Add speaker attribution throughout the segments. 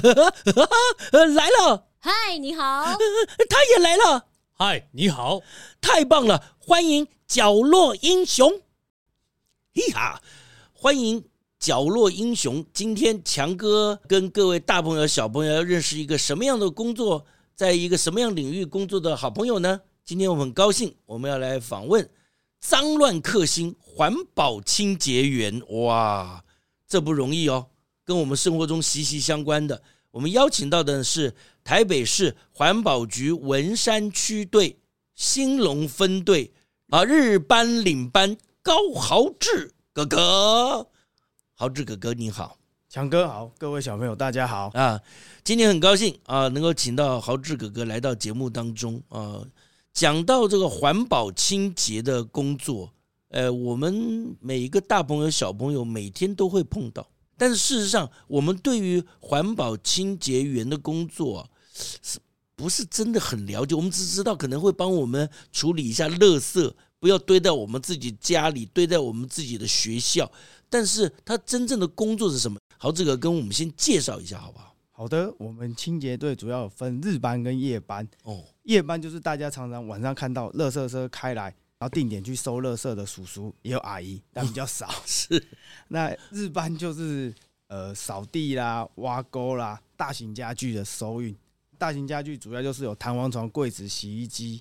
Speaker 1: 呃， 来了，
Speaker 2: 嗨，你好，
Speaker 1: 呃他也来了，
Speaker 3: 嗨，你好！
Speaker 1: 太棒了！欢迎角落英雄！嘿哈，欢迎角落英雄！今天强哥跟各位大朋友、小朋友要认识一个什么样的工作，在一个什么样领域工作的好朋友呢？今天我们很高兴，我们要来访问脏乱克星环保清洁员。哇，这不容易哦！跟我们生活中息息相关的。我们邀请到的是台北市环保局文山区队兴隆分队啊日班领班高豪志哥哥，豪志哥哥你好
Speaker 4: 强哥好，各位小朋友大家好。
Speaker 1: 啊！今天很高兴啊，能够请到豪志哥哥来到节目当中啊，讲到这个环保清洁的工作，呃，我们每一个大朋友小朋友每天都会碰到。但是事实上，我们对于环保清洁员的工作、啊，是不是真的很了解？我们只知道可能会帮我们处理一下垃圾，不要堆在我们自己家里，堆在我们自己的学校。但是他真正的工作是什么？好，这个跟我们先介绍一下好不好？
Speaker 4: 好的，我们清洁队主要有分日班跟夜班。
Speaker 1: 哦，
Speaker 4: 夜班就是大家常常晚上看到垃圾车开来，然后定点去收垃圾的叔叔也有阿姨，但比较少。
Speaker 1: 是
Speaker 4: 那日班就是呃扫地啦、挖沟啦、大型家具的收运。大型家具主要就是有弹簧床、柜子、洗衣机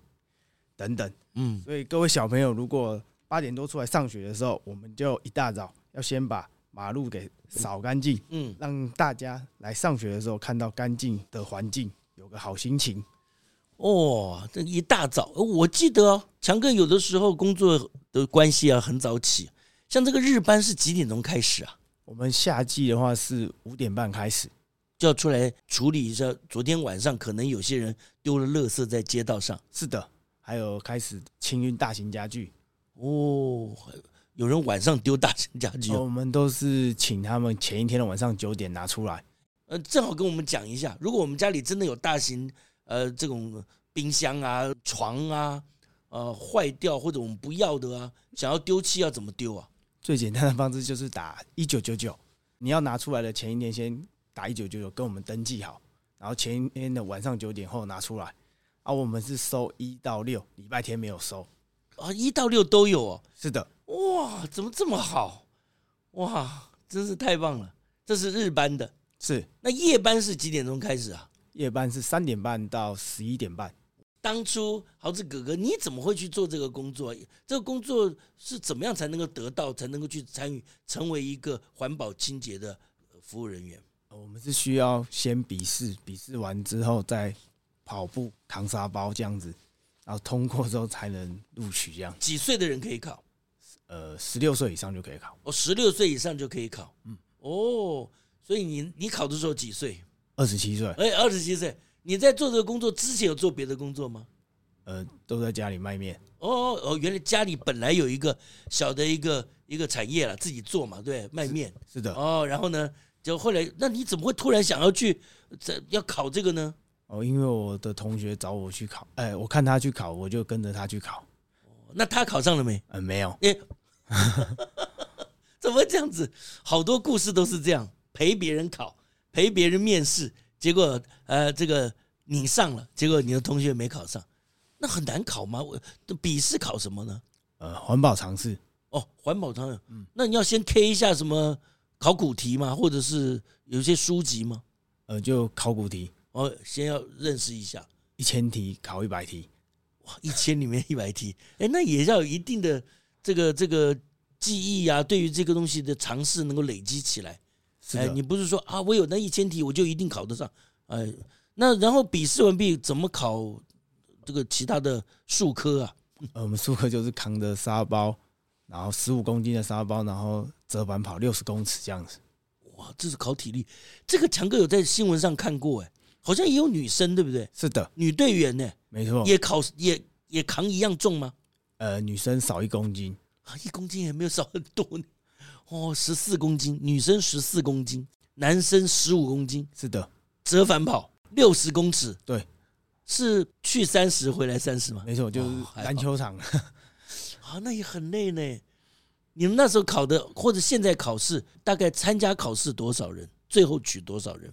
Speaker 4: 等等。
Speaker 1: 嗯，
Speaker 4: 所以各位小朋友，如果八点多出来上学的时候，我们就一大早要先把马路给扫干净。
Speaker 1: 嗯，
Speaker 4: 让大家来上学的时候看到干净的环境，有个好心情。
Speaker 1: 哦，这一大早，呃我记得哦，强哥有的时候工作的关系啊，很早起。像这个日班是几点钟开始啊？
Speaker 4: 我们夏季的话是五点半开始，
Speaker 1: 就要出来处理一下。昨天晚上可能有些人丢了垃圾在街道上，
Speaker 4: 是的，还有开始清运大型家具，
Speaker 1: 哦，有人晚上丢大型家具、
Speaker 4: 我
Speaker 1: 哦。
Speaker 4: 们都是请他们前一天的晚上九点拿出来。
Speaker 1: 呃，正好跟我们讲一下，如果我们家里真的有大型呃这种冰箱啊、床啊，呃坏掉或者我们不要的啊，想要丢弃要怎么丢啊？
Speaker 4: 最简单的方式就是打一九九九，你要拿出来的前一天先打一九九九，跟我们登记好，然后前一天的晚上九点后拿出来。啊，我们是收一到六，礼拜天没有收。
Speaker 1: 啊，一到六都有哦。
Speaker 4: 是的，
Speaker 1: 哇，怎么这么好？哇，真是太棒了！这是日班的，
Speaker 4: 是
Speaker 1: 那夜班是几点钟开始啊？
Speaker 4: 夜班是三点半到十一点半。
Speaker 1: 当初豪子哥哥，你怎么会去做这个工作？这个工作是怎么样才能够得到，才能够去参与，成为一个环保清洁的呃服务人员？
Speaker 4: 我们是需要先笔试，笔试完之后再跑步、扛沙包这样子，然后通过之后才能录取这样。
Speaker 1: 几岁的人可以考？
Speaker 4: 呃，十六岁以上就可以考，
Speaker 1: 哦，十六岁以上就可以考。嗯，哦，所以你你考的时候几岁？
Speaker 4: 二十七岁，
Speaker 1: 哎，二十七岁。你在做这个工作之前有做别的工作吗？
Speaker 4: 呃，都在家里卖面。
Speaker 1: 哦哦，原来家里本来有一个小的一个一个产业了，自己做嘛，对，卖面。
Speaker 4: 是的，
Speaker 1: 哦，然后呢，就后来，那你怎么会突然想要去这要考这个呢？
Speaker 4: 哦，因为我的同学找我去考，哎、我看他去考，我就跟着他去考。
Speaker 1: 哦那他考上了没？
Speaker 4: 呃，没有，
Speaker 1: 哎，怎么这样子？好多故事都是这样，陪别人考，陪别人面试，结果呃，这个你上了，结果你的同学没考上，那很难考吗？我笔试考什么呢？
Speaker 4: 呃，环保常识，
Speaker 1: 哦，环保当然，那你要先 K 一下什么考古题吗？或者是有些书籍吗？
Speaker 4: 呃，就考古题，
Speaker 1: 哦，先要认识一下。
Speaker 4: 一千题考一百题，
Speaker 1: 哇，一千里面一百题，哎，那也要有一定的这个这个记忆啊，对于这个东西的尝试能够累积起来。
Speaker 4: 是
Speaker 1: 哎，
Speaker 4: 的，
Speaker 1: 你不是说啊，我有那一千题，我就一定考得上？哎，那然后笔试完毕怎么考这个其他的数科啊？
Speaker 4: 呃，我们术科就是扛着沙包，然后十五公斤的沙包，然后折返跑六十公尺这样子。
Speaker 1: 哇，这是考体力。这个强哥有在新闻上看过，哎，好像也有女生，对不对？
Speaker 4: 是的，
Speaker 1: 女队员呢，
Speaker 4: 没错。
Speaker 1: 也考也也扛一样重吗？
Speaker 4: 呃，女生少一公斤，
Speaker 1: 啊，一公斤也没有少很多呢。哦，十四公斤，女生十四公斤，男生十五公斤，
Speaker 4: 是的，
Speaker 1: 折返跑六十公尺，
Speaker 4: 对，
Speaker 1: 是去三十回来三十吗？
Speaker 4: 没错，就是
Speaker 1: 哦还好
Speaker 4: 篮球场。
Speaker 1: 啊，那也很累呢。你们那时候考的，或者现在考试，大概参加考试多少人，最后取多少人？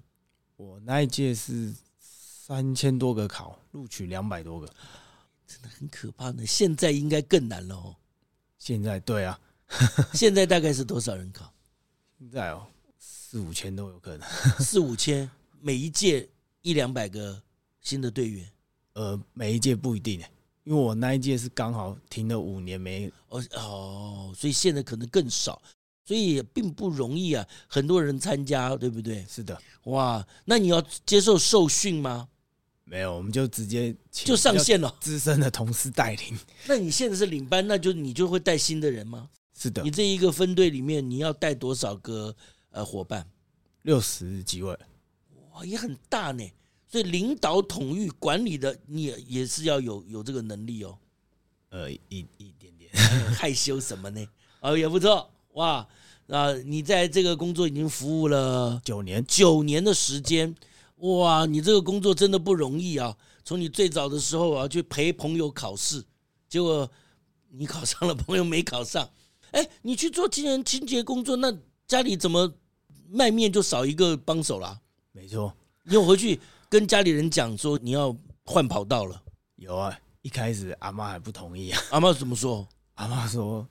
Speaker 4: 我那一届是三千多个考，录取两百多个。
Speaker 1: 很可怕呢。现在应该更难了哦。
Speaker 4: 现在对啊，
Speaker 1: 现在大概是多少人考？
Speaker 4: 现在哦，四五千都有可能。
Speaker 1: 四五千，每一届一两百个新的队员。
Speaker 4: 呃，每一届不一定欸，因为我那一届是刚好停了五年没
Speaker 1: 哦哦，所以现在可能更少，所以也并不容易啊。很多人参加，对不对？
Speaker 4: 是的，
Speaker 1: 哇，那你要接受受训吗？
Speaker 4: 没有，我们就直接请
Speaker 1: 就上
Speaker 4: 比较
Speaker 1: 线了。
Speaker 4: 资深的同事带领。
Speaker 1: 那你现在是领班，那就你就会带新的人吗？
Speaker 4: 是的
Speaker 1: 你，这一个分队里面，你要带多少个呃伙伴？
Speaker 4: 六十几位，
Speaker 1: 哇，也很大呢。所以领导、统御、管理的，你也也是要有有这个能力哦。
Speaker 4: 呃，一一点点。
Speaker 1: 害羞什么呢？哦，也不错哇。啊，你在这个工作已经服务了
Speaker 4: 九年，
Speaker 1: 九年的时间，哇，你这个工作真的不容易啊！从你最早的时候啊，去陪朋友考试，结果你考上了，朋友没考上。哎，你去做今年清洁工作，那家里怎么卖面就少一个帮手啦？
Speaker 4: 没错，
Speaker 1: 你有回去跟家里人讲说你要换跑道了，
Speaker 4: 有啊。一开始阿妈还不同意啊，
Speaker 1: 阿妈怎么说？
Speaker 4: 阿妈说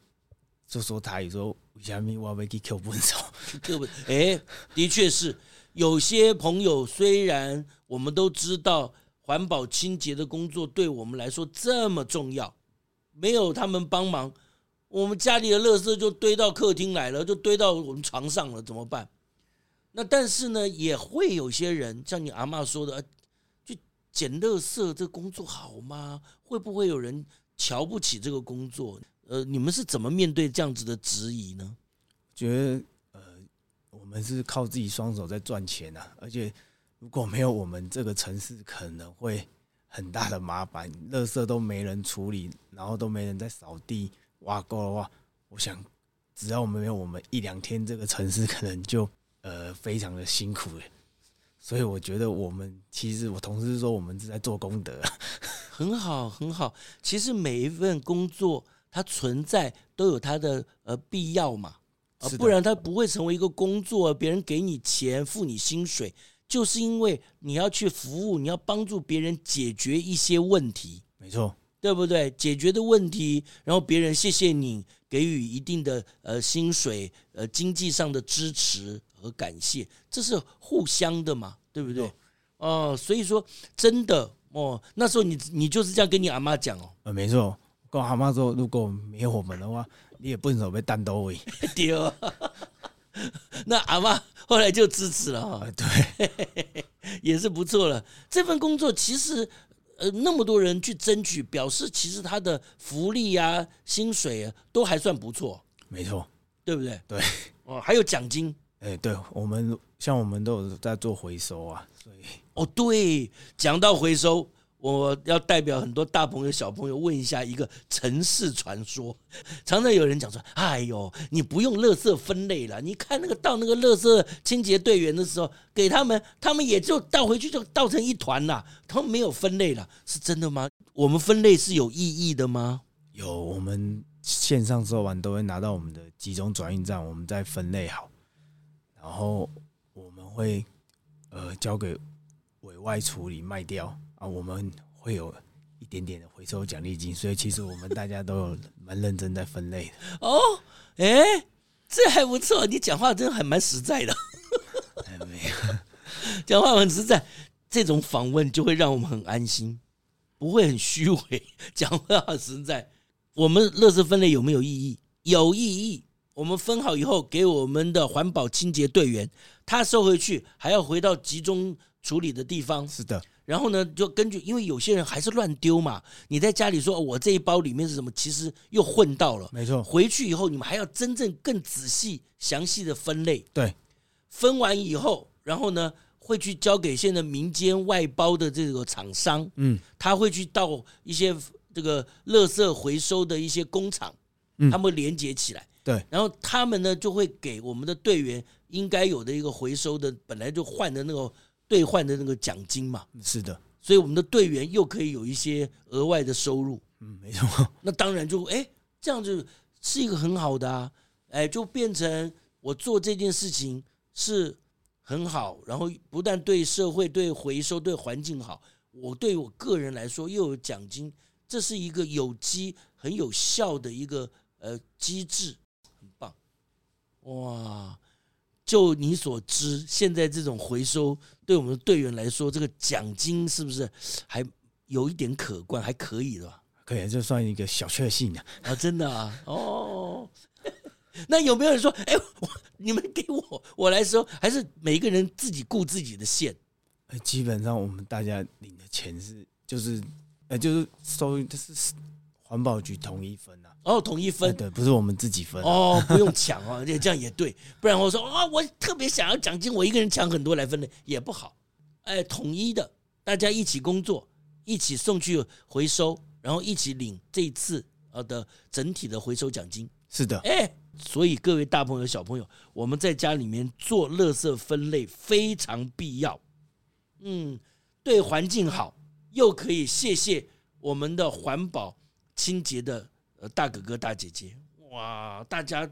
Speaker 4: 就说台语说，为什么我要去扣分手？
Speaker 1: 对不？哎，的确是有些朋友，虽然我们都知道环保清洁的工作对我们来说这么重要，没有他们帮忙，我们家里的垃圾就堆到客厅来了，就堆到我们床上了，怎么办？那但是呢，也会有些人像你阿嬷说的，啊就捡垃圾这工作好吗？会不会有人瞧不起这个工作？呃，你们是怎么面对这样子的质疑呢？
Speaker 4: 觉得呃，我们是靠自己双手在赚钱啊，而且如果没有我们，这个城市可能会很大的麻烦，垃圾都没人处理，然后都没人在扫地、挖沟的话，我想只要我们没有我们一两天，这个城市可能就呃非常的辛苦了。所以我觉得我们其实我同事说我们是在做功德啊，
Speaker 1: 很好，很好。其实每一份工作它存在都有它的呃必要嘛，呃
Speaker 4: 是的
Speaker 1: 不然它不会成为一个工作。别人给你钱，付你薪水，就是因为你要去服务，你要帮助别人解决一些问题，
Speaker 4: 没错，
Speaker 1: 对不对？解决的问题，然后别人谢谢你给予一定的呃薪水、呃经济上的支持和感谢，这是互相的嘛，对不对
Speaker 4: 没错？
Speaker 1: 哦，所以说真的哦，那时候你你就是这样跟你阿妈讲哦，
Speaker 4: 呃，没错。跟我阿妈说，如果没有我们的话，你也不能被蛋兜围。
Speaker 1: 丢。 那阿妈后来就支持了哈、
Speaker 4: 呃， 对，
Speaker 1: 也是不错了。这份工作其实，呃，那么多人去争取，表示其实他的福利啊、薪水啊都还算不错，
Speaker 4: 没错。
Speaker 1: 对不对？
Speaker 4: 对，
Speaker 1: 哦，还有奖金
Speaker 4: 哎、对我们像我们都有在做回收啊，所以
Speaker 1: 哦。对，讲到回收，我要代表很多大朋友、小朋友问一下一个城市传说。常常有人讲说：“哎呦，你不用垃圾分类了，你看那个倒那个垃圾清洁队员的时候，给他们，他们也就倒回去就倒成一团了，他们没有分类了，是真的吗？我们分类是有意义的吗？
Speaker 4: 有我们线上收完都会拿到我们的集中转运站，我们再分类好，然后我们会呃交给委外处理卖掉啊，我们会有一点点的回收奖励金，所以其实我们大家都有蛮认真在分类的。
Speaker 1: 哦，哎，这还不错，你讲话真的还蛮实在的，
Speaker 4: 哎没有，
Speaker 1: 讲话很实在，这种访问就会让我们很安心，不会很虚伪， 讲话很实在。我们垃圾分类有没有意义？有意义。我们分好以后，给我们的环保清洁队员，他收回去还要回到集中处理的地方。
Speaker 4: 是的，
Speaker 1: 然后呢，就根据，因为有些人还是乱丢嘛。你在家里说，哦我这一包里面是什么，其实又混到了。
Speaker 4: 没错，
Speaker 1: 回去以后，你们还要真正更仔细、详细的分类。
Speaker 4: 对，
Speaker 1: 分完以后，然后呢，会去交给现在民间外包的这个厂商，
Speaker 4: 嗯，
Speaker 1: 他会去到一些这个垃圾回收的一些工厂，
Speaker 4: 嗯
Speaker 1: 他们会连接起来。
Speaker 4: 对，
Speaker 1: 然后他们呢就会给我们的队员应该有的一个回收的，本来就换的那个兑换的那个奖金嘛，
Speaker 4: 嗯是的，
Speaker 1: 所以我们的队员又可以有一些额外的收入。
Speaker 4: 嗯，没错，
Speaker 1: 那当然就哎，这样子是一个很好的啊，哎，就变成我做这件事情是很好，然后不但对社会、对回收、对环境好，我对我个人来说又有奖金，这是一个有机、很有效的一个呃机制，很棒，哇！就你所知，现在这种回收对我们的队员来说，这个奖金是不是还有一点可观，还可以的吧？
Speaker 4: 可以，这算一个小确幸啊。
Speaker 1: 啊，真的啊，哦，那有没有人说，哎、我你们给我，我来收，还是每个人自己顾自己的线？
Speaker 4: 呃基本上我们大家领的钱是就是，呃，就是收这是环保局统一分啊，
Speaker 1: 哦，统一分，
Speaker 4: 对，不是我们自己分啊、
Speaker 1: 哦，不用抢哦，这这样也对，不然我说啊、我特别想要奖金，我一个人抢很多来分的也不好，哎，统一的，大家一起工作，一起送去回收，然后一起领这一次呃的整体的回收奖金。
Speaker 4: 是的，
Speaker 1: 哎，所以各位大朋友、小朋友，我们在家里面做垃圾分类非常必要。嗯，对环境好，又可以谢谢我们的环保清洁的呃大哥哥、大姐姐。哇，大家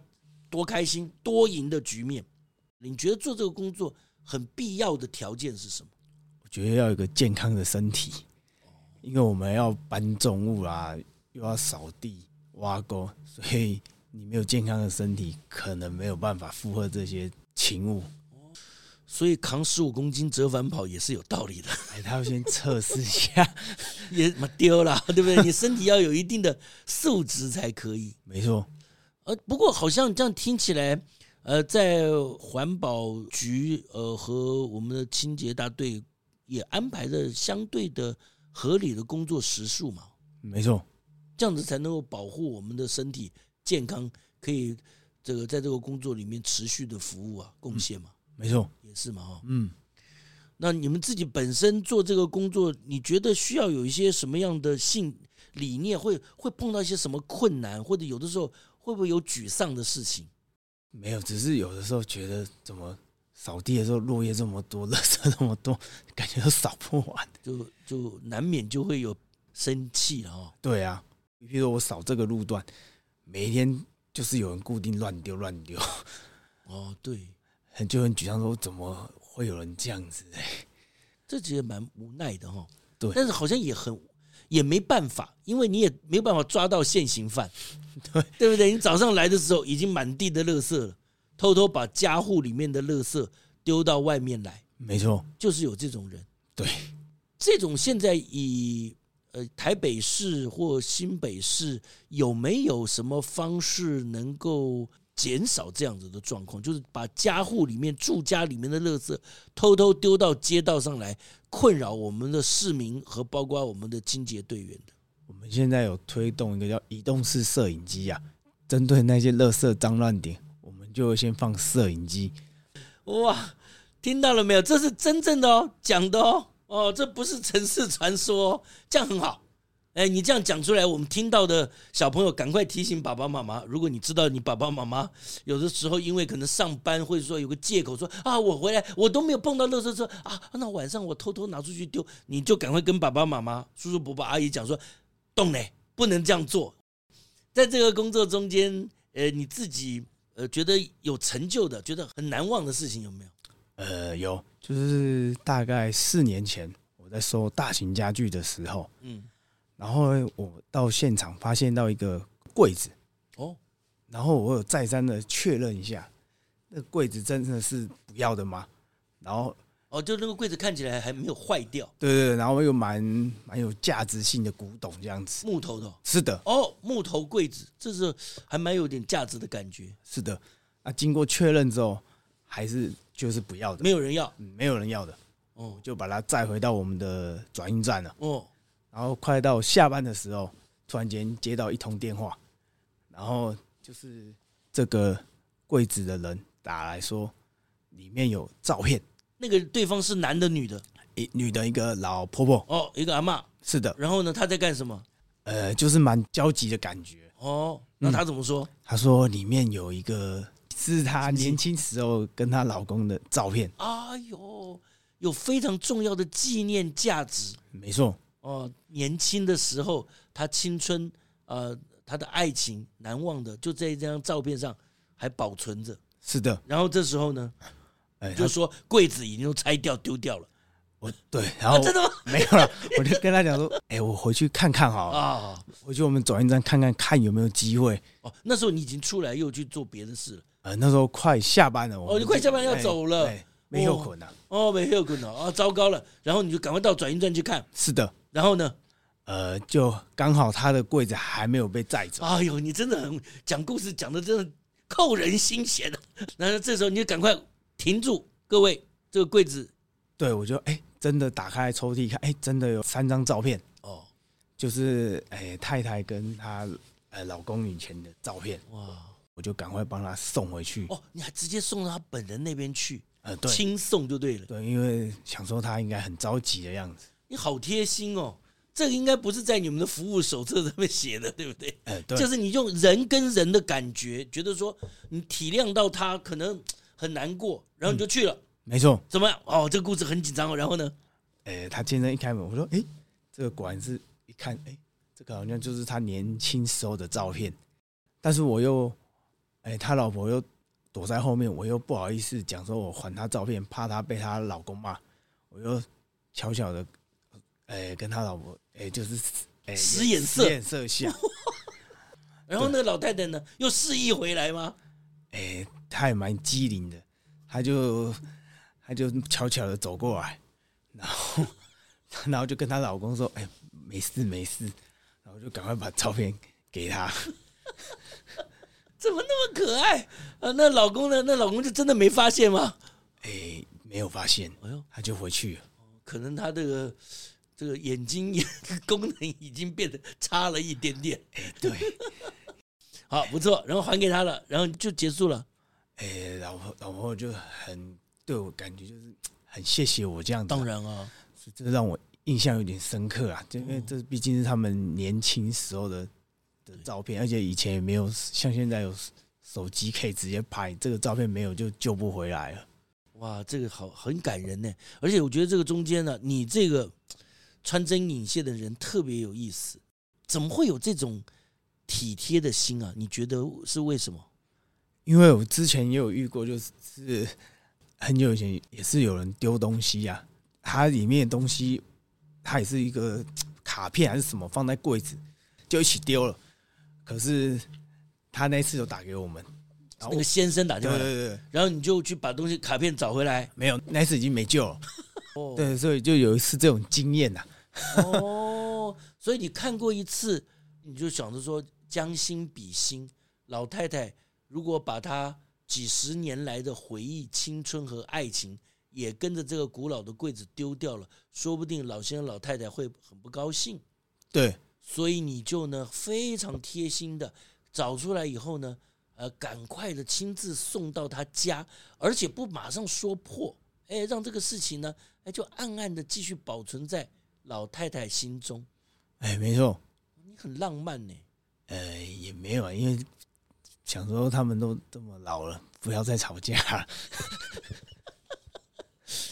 Speaker 1: 多开心，多赢的局面。你觉得做这个工作很必要的条件是什么？
Speaker 4: 我觉得要有一个健康的身体，因为我们要搬重物啊，又要扫地、挖沟，所以你没有健康的身体，可能没有办法负荷这些勤务。
Speaker 1: 所以扛十五公斤折返跑也是有道理的。
Speaker 4: 哎，他要先测试一下，
Speaker 1: 也嘛丢了，对不对？你身体要有一定的素质才可以。
Speaker 4: 没错，
Speaker 1: 呃，不过好像这样听起来，呃，在环保局呃和我们的清洁大队也安排的相对的合理的工作时数嘛，
Speaker 4: 没错，
Speaker 1: 这样子才能够保护我们的身体健康，可以这个在这个工作里面持续的服务啊，贡献嘛，
Speaker 4: 没错，
Speaker 1: 也是嘛哈、哦。
Speaker 4: 嗯。
Speaker 1: 那你们自己本身做这个工作，你觉得需要有一些什么样的信理念？会会碰到一些什么困难，或者有的时候会不会有沮丧的事情？
Speaker 4: 没有，只是有的时候觉得怎么扫地的时候落叶这么多，垃圾这么多，感觉都扫不完。
Speaker 1: 就就难免就会有生气了哦。
Speaker 4: 对啊，比如说我扫这个路段，每一天就是有人固定乱丢乱丢，
Speaker 1: 哦，对，
Speaker 4: 很就很沮丧，说怎么会有人这样子、欸？
Speaker 1: 这其实蛮无奈的哦。
Speaker 4: 对
Speaker 1: 但是好像也很也没办法，因为你也没有办法抓到现行犯，
Speaker 4: 对
Speaker 1: 对不对？你早上来的时候已经满地的垃圾了，偷偷把家户里面的垃圾丢到外面来，
Speaker 4: 没错，
Speaker 1: 就是有这种人。
Speaker 4: 对，
Speaker 1: 这种现在以呃台北市或新北市有没有什么方式能够减少这样子的状况？就是把家户里面住家里面的垃圾偷偷丢到街道上来，困扰我们的市民和包括我们的清洁队员的。
Speaker 4: 我们现在有推动一个叫移动式摄影机啊，针对那些垃圾脏乱点，我们就先放摄影机。
Speaker 1: 哇，听到了没有？这是真正的哦，讲的哦，哦，这不是城市传说、哦，这样很好。哎，你这样讲出来，我们听到的小朋友赶快提醒爸爸妈妈。如果你知道你爸爸妈妈有的时候因为可能上班，或者说有个借口说啊，我回来我都没有碰到垃圾车啊，那晚上我偷偷拿出去丢，你就赶快跟爸爸妈妈、叔叔伯伯、阿姨讲说，动嘞，不能这样做。在这个工作中间，呃，你自己呃觉得有成就的，觉得很难忘的事情有没有？
Speaker 4: 呃，有，就是大概四年前我在收大型家具的时候，
Speaker 1: 嗯，
Speaker 4: 然后我到现场发现到一个柜子，
Speaker 1: 哦，
Speaker 4: 然后我有再三的确认一下，那个柜子真的是不要的吗？然后
Speaker 1: 哦，就那个柜子看起来还没有坏掉，
Speaker 4: 对对对，然后又蛮蛮有价值性的古董这样子。
Speaker 1: 木头的哦
Speaker 4: 是的，
Speaker 1: 哦，木头柜子，这是还蛮有点价值的感觉，
Speaker 4: 是的。啊，经过确认之后，还是就是不要的，
Speaker 1: 没有人要
Speaker 4: 嗯没有人要的。
Speaker 1: 哦哦
Speaker 4: 就把它载回到我们的转运站了。
Speaker 1: 哦，
Speaker 4: 然后快到下班的时候，突然间接到一通电话，然后就是这个柜子的人打来说，里面有照片，
Speaker 1: 那个对方是男的女的？
Speaker 4: 一女的一个老婆婆，
Speaker 1: 哦，一个阿嬷。
Speaker 4: 是的，
Speaker 1: 然后呢，他在干什么？
Speaker 4: 呃，就是蛮焦急的感觉。
Speaker 1: 哦，那他怎么说？
Speaker 4: 她说里面有一个是她年轻时候跟她老公的照片，
Speaker 1: 哎呦，有非常重要的纪念价值
Speaker 4: 没错，
Speaker 1: 哦。年轻的时候，他青春，呃，他的爱情难忘的，就在一张照片上还保存着。
Speaker 4: 是的，
Speaker 1: 然后这时候呢，
Speaker 4: 哎、
Speaker 1: 就
Speaker 4: 她
Speaker 1: 说柜子已经都拆掉丢掉了。
Speaker 4: 我对，然
Speaker 1: 啊，
Speaker 4: 后、
Speaker 1: 真的吗？
Speaker 4: 没有了，我就跟她讲说，哎、我回去看看好了，
Speaker 1: 啊，
Speaker 4: 回去我们转运站看看看有没有机会。
Speaker 1: 哦，那时候你已经出来又去做别的事了。
Speaker 4: 呃，那时候快下班了，我
Speaker 1: 哦，
Speaker 4: 们
Speaker 1: 你快下班要走了。
Speaker 4: 哎哎没有捆啊。
Speaker 1: 哦，没有滚了啊，糟糕了！然后你就赶快到转运站去看，
Speaker 4: 是的，
Speaker 1: 然后呢，
Speaker 4: 呃，就刚好他的柜子还没有被载走，
Speaker 1: 哎呦，你真的很讲故事讲的真的扣人心弦啊！然后这时候你就赶快停住，各位，这个柜子
Speaker 4: 对我就哎、真的打开抽屉看，哎、真的有三张照片，
Speaker 1: 哦，
Speaker 4: 就是哎、太太跟她呃老公以前的照片，
Speaker 1: 哇
Speaker 4: 我就赶快帮她送回去。
Speaker 1: 哦，你还直接送到他本人那边去，
Speaker 4: 呃，对
Speaker 1: 亲送就对了，
Speaker 4: 对，因为想说她应该很着急的样子。
Speaker 1: 你好贴心哦。这个应该不是在你们的服务手册上面写的，对不对？
Speaker 4: 呃，对，
Speaker 1: 就是你用人跟人的感觉，觉得说你体谅到他可能很难过，然后你就去了，
Speaker 4: 没错。
Speaker 1: 怎么样？哦，这个故事很紧张哦。然后呢？
Speaker 4: 哎、她先生一开门，我说哎、这个果然是一看，哎、这个好像就是她年轻时候的照片。但是我又，哎、她老婆又躲在后面，我又不好意思讲说我还她照片，怕她被她老公骂，我又悄悄的，哎、跟她老婆，哎、就是，哎、
Speaker 1: 使眼色
Speaker 4: 使眼色下，
Speaker 1: 然后那个老太太呢，又示意回来吗？
Speaker 4: 哎、她也蛮机灵的，她就，她就悄悄的走过来，然后，然后就跟她老公说，哎、没事没事，然后就赶快把照片给她。
Speaker 1: 怎么那么可爱啊？那老公呢？那老公就真的没发现吗？
Speaker 4: 哎、没有发现，
Speaker 1: 哎呦，
Speaker 4: 他就回去了。
Speaker 1: 可能他这个这个眼睛 功能已经变得差了一点点。
Speaker 4: 对，
Speaker 1: 好，不错，然后还给他了，然后就结束了。
Speaker 4: 哎、老婆老婆就很对我感觉就是很谢谢我这样子，
Speaker 1: 当然啊，
Speaker 4: 是这让我印象有点深刻啊，就因
Speaker 1: 嗯
Speaker 4: 为这毕竟是他们年轻时候的的照片，而且以前也没有像现在有手机可以直接拍，这个照片没有就救不回来了。
Speaker 1: 哇，这个好很感人呢。而且我觉得这个中间呢、你这个穿针引线的人特别有意思，怎么会有这种体贴的心啊？你觉得是为什么？
Speaker 4: 因为我之前也有遇过，就是是很久以前也是有人丢东西啊，它里面的东西，它也是一个卡片还是什么放在柜子，就一起丢了。可是他那次有打啊给我们，然后
Speaker 1: 那个先生打
Speaker 4: 对
Speaker 1: 电话
Speaker 4: 对
Speaker 1: 来，
Speaker 4: 对，对
Speaker 1: 然后你就去把东西卡片找回来。
Speaker 4: 没有那次已经没救了。
Speaker 1: 哦
Speaker 4: 对，所以就有一次这种经验啊呐、
Speaker 1: 哦，所以你看过一次，你就想着说将心比心，老太太如果把她几十年来的回忆、青春和爱情也跟着这个古老的柜子丢掉了，说不定老先生、老太太会很不高兴。
Speaker 4: 对，
Speaker 1: 所以你就呢非常贴心的找出来以后呢，呃，赶快的亲自送到他家，而且不马上说破，哎，让这个事情呢，哎，就暗暗的继续保存在老太太心中。
Speaker 4: 哎，没错，
Speaker 1: 你很浪漫呢，
Speaker 4: 呃，也没有啊，因为想说他们都这么老了，不要再吵架了。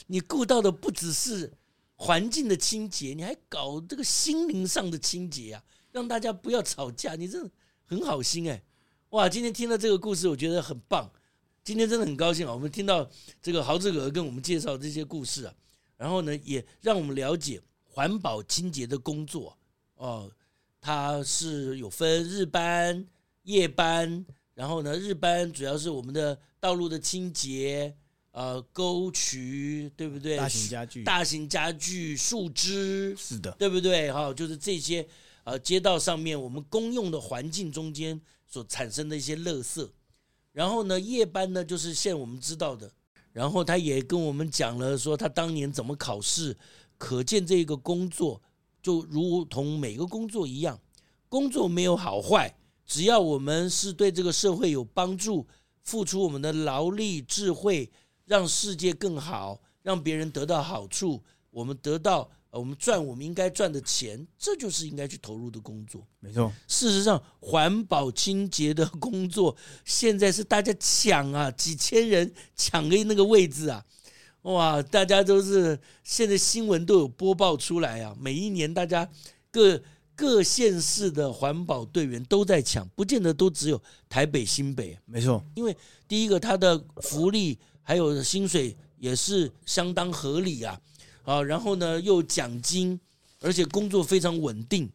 Speaker 1: 你顾到的不只是环境的清洁，你还搞这个心灵上的清洁啊，让大家不要吵架，你真的很好心哎！哇，今天听到这个故事，我觉得很棒。今天真的很高兴啊，我们听到这个豪志哥跟我们介绍这些故事啊，然后呢，也让我们了解环保清洁的工作哦，它是有分日班、夜班，然后呢，日班主要是我们的道路的清洁，呃，沟渠，对不对？
Speaker 4: 大型家具，
Speaker 1: 大型家具、树枝，
Speaker 4: 是的，
Speaker 1: 对不对？哈、就是这些呃街道上面我们公用的环境中间所产生的一些垃圾。然后呢，夜班呢就是现在我们知道的，然后他也跟我们讲了说他当年怎么考试，可见这个工作就如同每个工作一样，工作没有好坏，只要我们是对这个社会有帮助，付出我们的劳力、智慧，让世界更好，让别人得到好处，我们得到呃我们赚我们应该赚的钱，这就是应该去投入的工作。
Speaker 4: 没错，
Speaker 1: 事实上，环保清洁的工作现在是大家抢啊，几千人抢个那个位置啊，哇！大家都是现在新闻都有播报出来啊，每一年大家各各县市的环保队员都在抢，不见得都只有台北、新北。啊
Speaker 4: 没错，
Speaker 1: 因为第一个他的福利还有薪水也是相当合理啊，啊，然后呢又有奖金，而且工作非常稳定，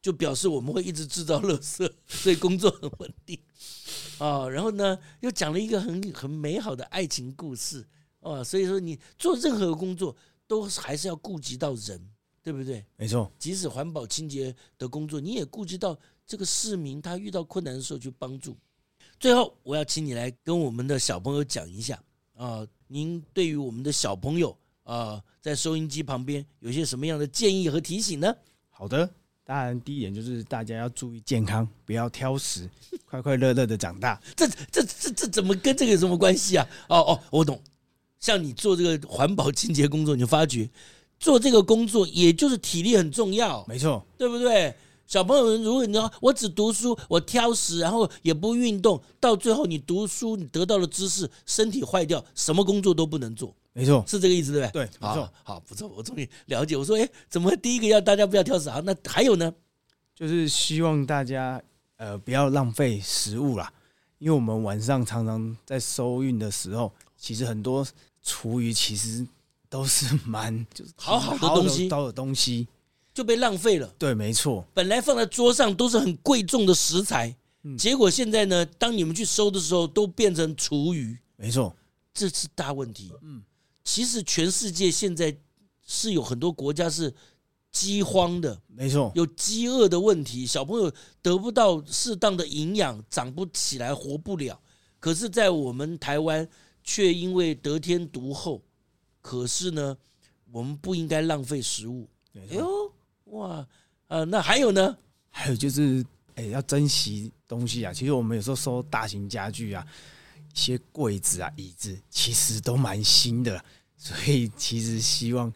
Speaker 1: 就表示我们会一直制造垃圾， 所以工作很稳定啊。然后呢又讲了一个很很美好的爱情故事啊，所以说你做任何工作都还是要顾及到人，对不对？
Speaker 4: 没错，
Speaker 1: 即使环保清洁的工作，你也顾及到这个市民他遇到困难的时候去帮助。最后，我要请你来跟我们的小朋友讲一下啊、您对于我们的小朋友啊、在收音机旁边有些什么样的建议和提醒呢？
Speaker 4: 好的。当然，第一点就是大家要注意健康，不要挑食，快快乐乐的长大。
Speaker 1: 这这这这怎么跟这个有什么关系啊？哦哦，我懂。像你做这个环保清洁工作，你就发觉做这个工作，也就是体力很重要，
Speaker 4: 没错，
Speaker 1: 对不对？小朋友，如果你说我只读书，我挑食，然后也不运动，到最后你读书你得到了知识，身体坏掉，什么工作都不能做，
Speaker 4: 没错，
Speaker 1: 是这个意思对不对？
Speaker 4: 对，没错
Speaker 1: 好。好，不错，我终于了解。我说，哎，怎么第一个要大家不要挑食啊？那还有呢？
Speaker 4: 就是希望大家呃不要浪费食物啦，因为我们晚上常常在收运的时候，其实很多厨余其实都是蛮就是
Speaker 1: 好好的东西
Speaker 4: 好的东西，
Speaker 1: 就被浪费了。
Speaker 4: 对，没错，
Speaker 1: 本来放在桌上都是很贵重的食材，
Speaker 4: 嗯
Speaker 1: 结果现在呢，当你们去收的时候，都变成厨余，
Speaker 4: 没错，
Speaker 1: 这是大问题。
Speaker 4: 嗯，
Speaker 1: 其实全世界现在是有很多国家是饥荒的，
Speaker 4: 没错，
Speaker 1: 有饥饿的问题，小朋友得不到适当的营养，长不起来，活不了。可是，在我们台湾却因为得天独厚，可是呢，我们不应该浪费食物。
Speaker 4: 没
Speaker 1: 哎
Speaker 4: 错。
Speaker 1: 呦，哇，呃，那还有呢？
Speaker 4: 还有就是哎、要珍惜东西啊，其实我们有时候收大型家具啊，一些柜子啊、椅子，其实都蛮新的，所以其实希望。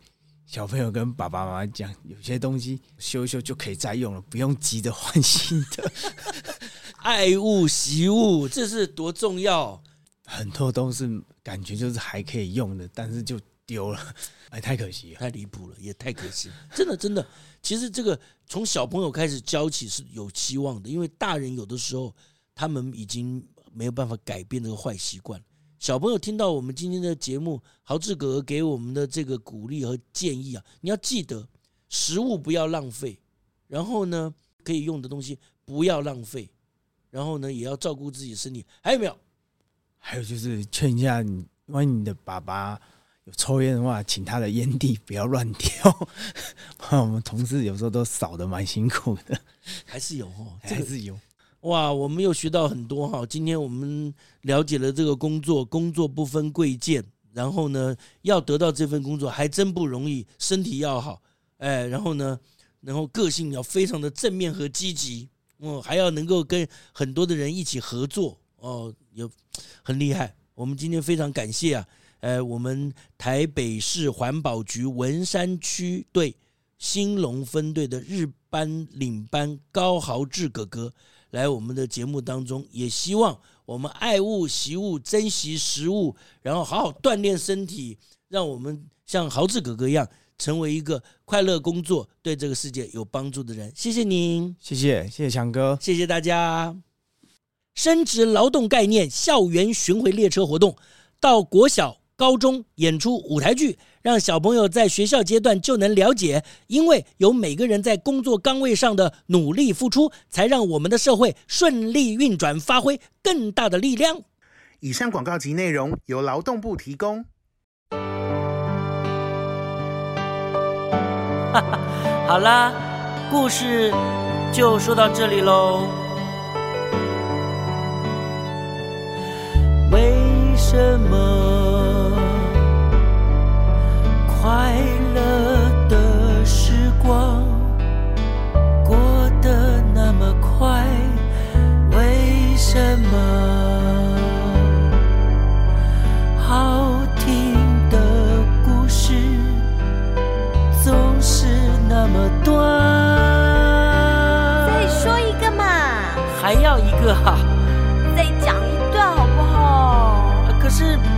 Speaker 4: 小朋友跟爸爸妈妈讲，有些东西修一修就可以再用了，不用急着换新的。
Speaker 1: 爱物惜物，这是多重要！
Speaker 4: 很多都是感觉就是还可以用的，但是就丢了，哎，太可惜了。
Speaker 1: 太离谱了，也太可惜 了，真的真的。其实这个从小朋友开始教起是有希望的，因为大人有的时候他们已经没有办法改变这个坏习惯。小朋友听到我们今天的节目，豪志哥哥给我们的这个鼓励和建议啊，你要记得食物不要浪费，然后呢可以用的东西不要浪费，然后呢也要照顾自己身体。还有没有？
Speaker 4: 还有就是劝一下你，万一你的爸爸有抽烟的话，请他的烟蒂不要乱丢。不 然我们同事有时候都扫的蛮辛苦的，
Speaker 1: 还是有哦，这
Speaker 4: 还
Speaker 1: 个
Speaker 4: 是有。
Speaker 1: 哇，我们又学到很多哈！今天我们了解了这个工作，工作不分贵贱，然后呢，要得到这份工作还真不容易，身体要好，哎，然后呢，然后个性要非常的正面和积极，哦，还要能够跟很多的人一起合作，哦，也很厉害。我们今天非常感谢啊，呃，我们台北市环保局文山区队兴隆分队的日班领班高豪志哥哥。来我们的节目当中，也希望我们爱物惜物，珍惜食物，然后好好锻炼身体，让我们像豪志哥哥一样，成为一个快乐工作、对这个世界有帮助的人。谢谢您，
Speaker 4: 谢谢，谢谢强哥。
Speaker 1: 谢谢大家。升职劳动概念校园巡回列车活动，到国小、高中演出舞台剧，让小朋友在学校阶段就能了解，因为有每个人在工作岗位上的努力付出，才让我们的社会顺利运转，发挥更大的力量。
Speaker 2: 以上广告及内容由劳动部提供。
Speaker 5: 好啦，故事就说到这里喽。为什么还要一个啊？
Speaker 3: 再讲一段好不好？
Speaker 5: 啊可是哦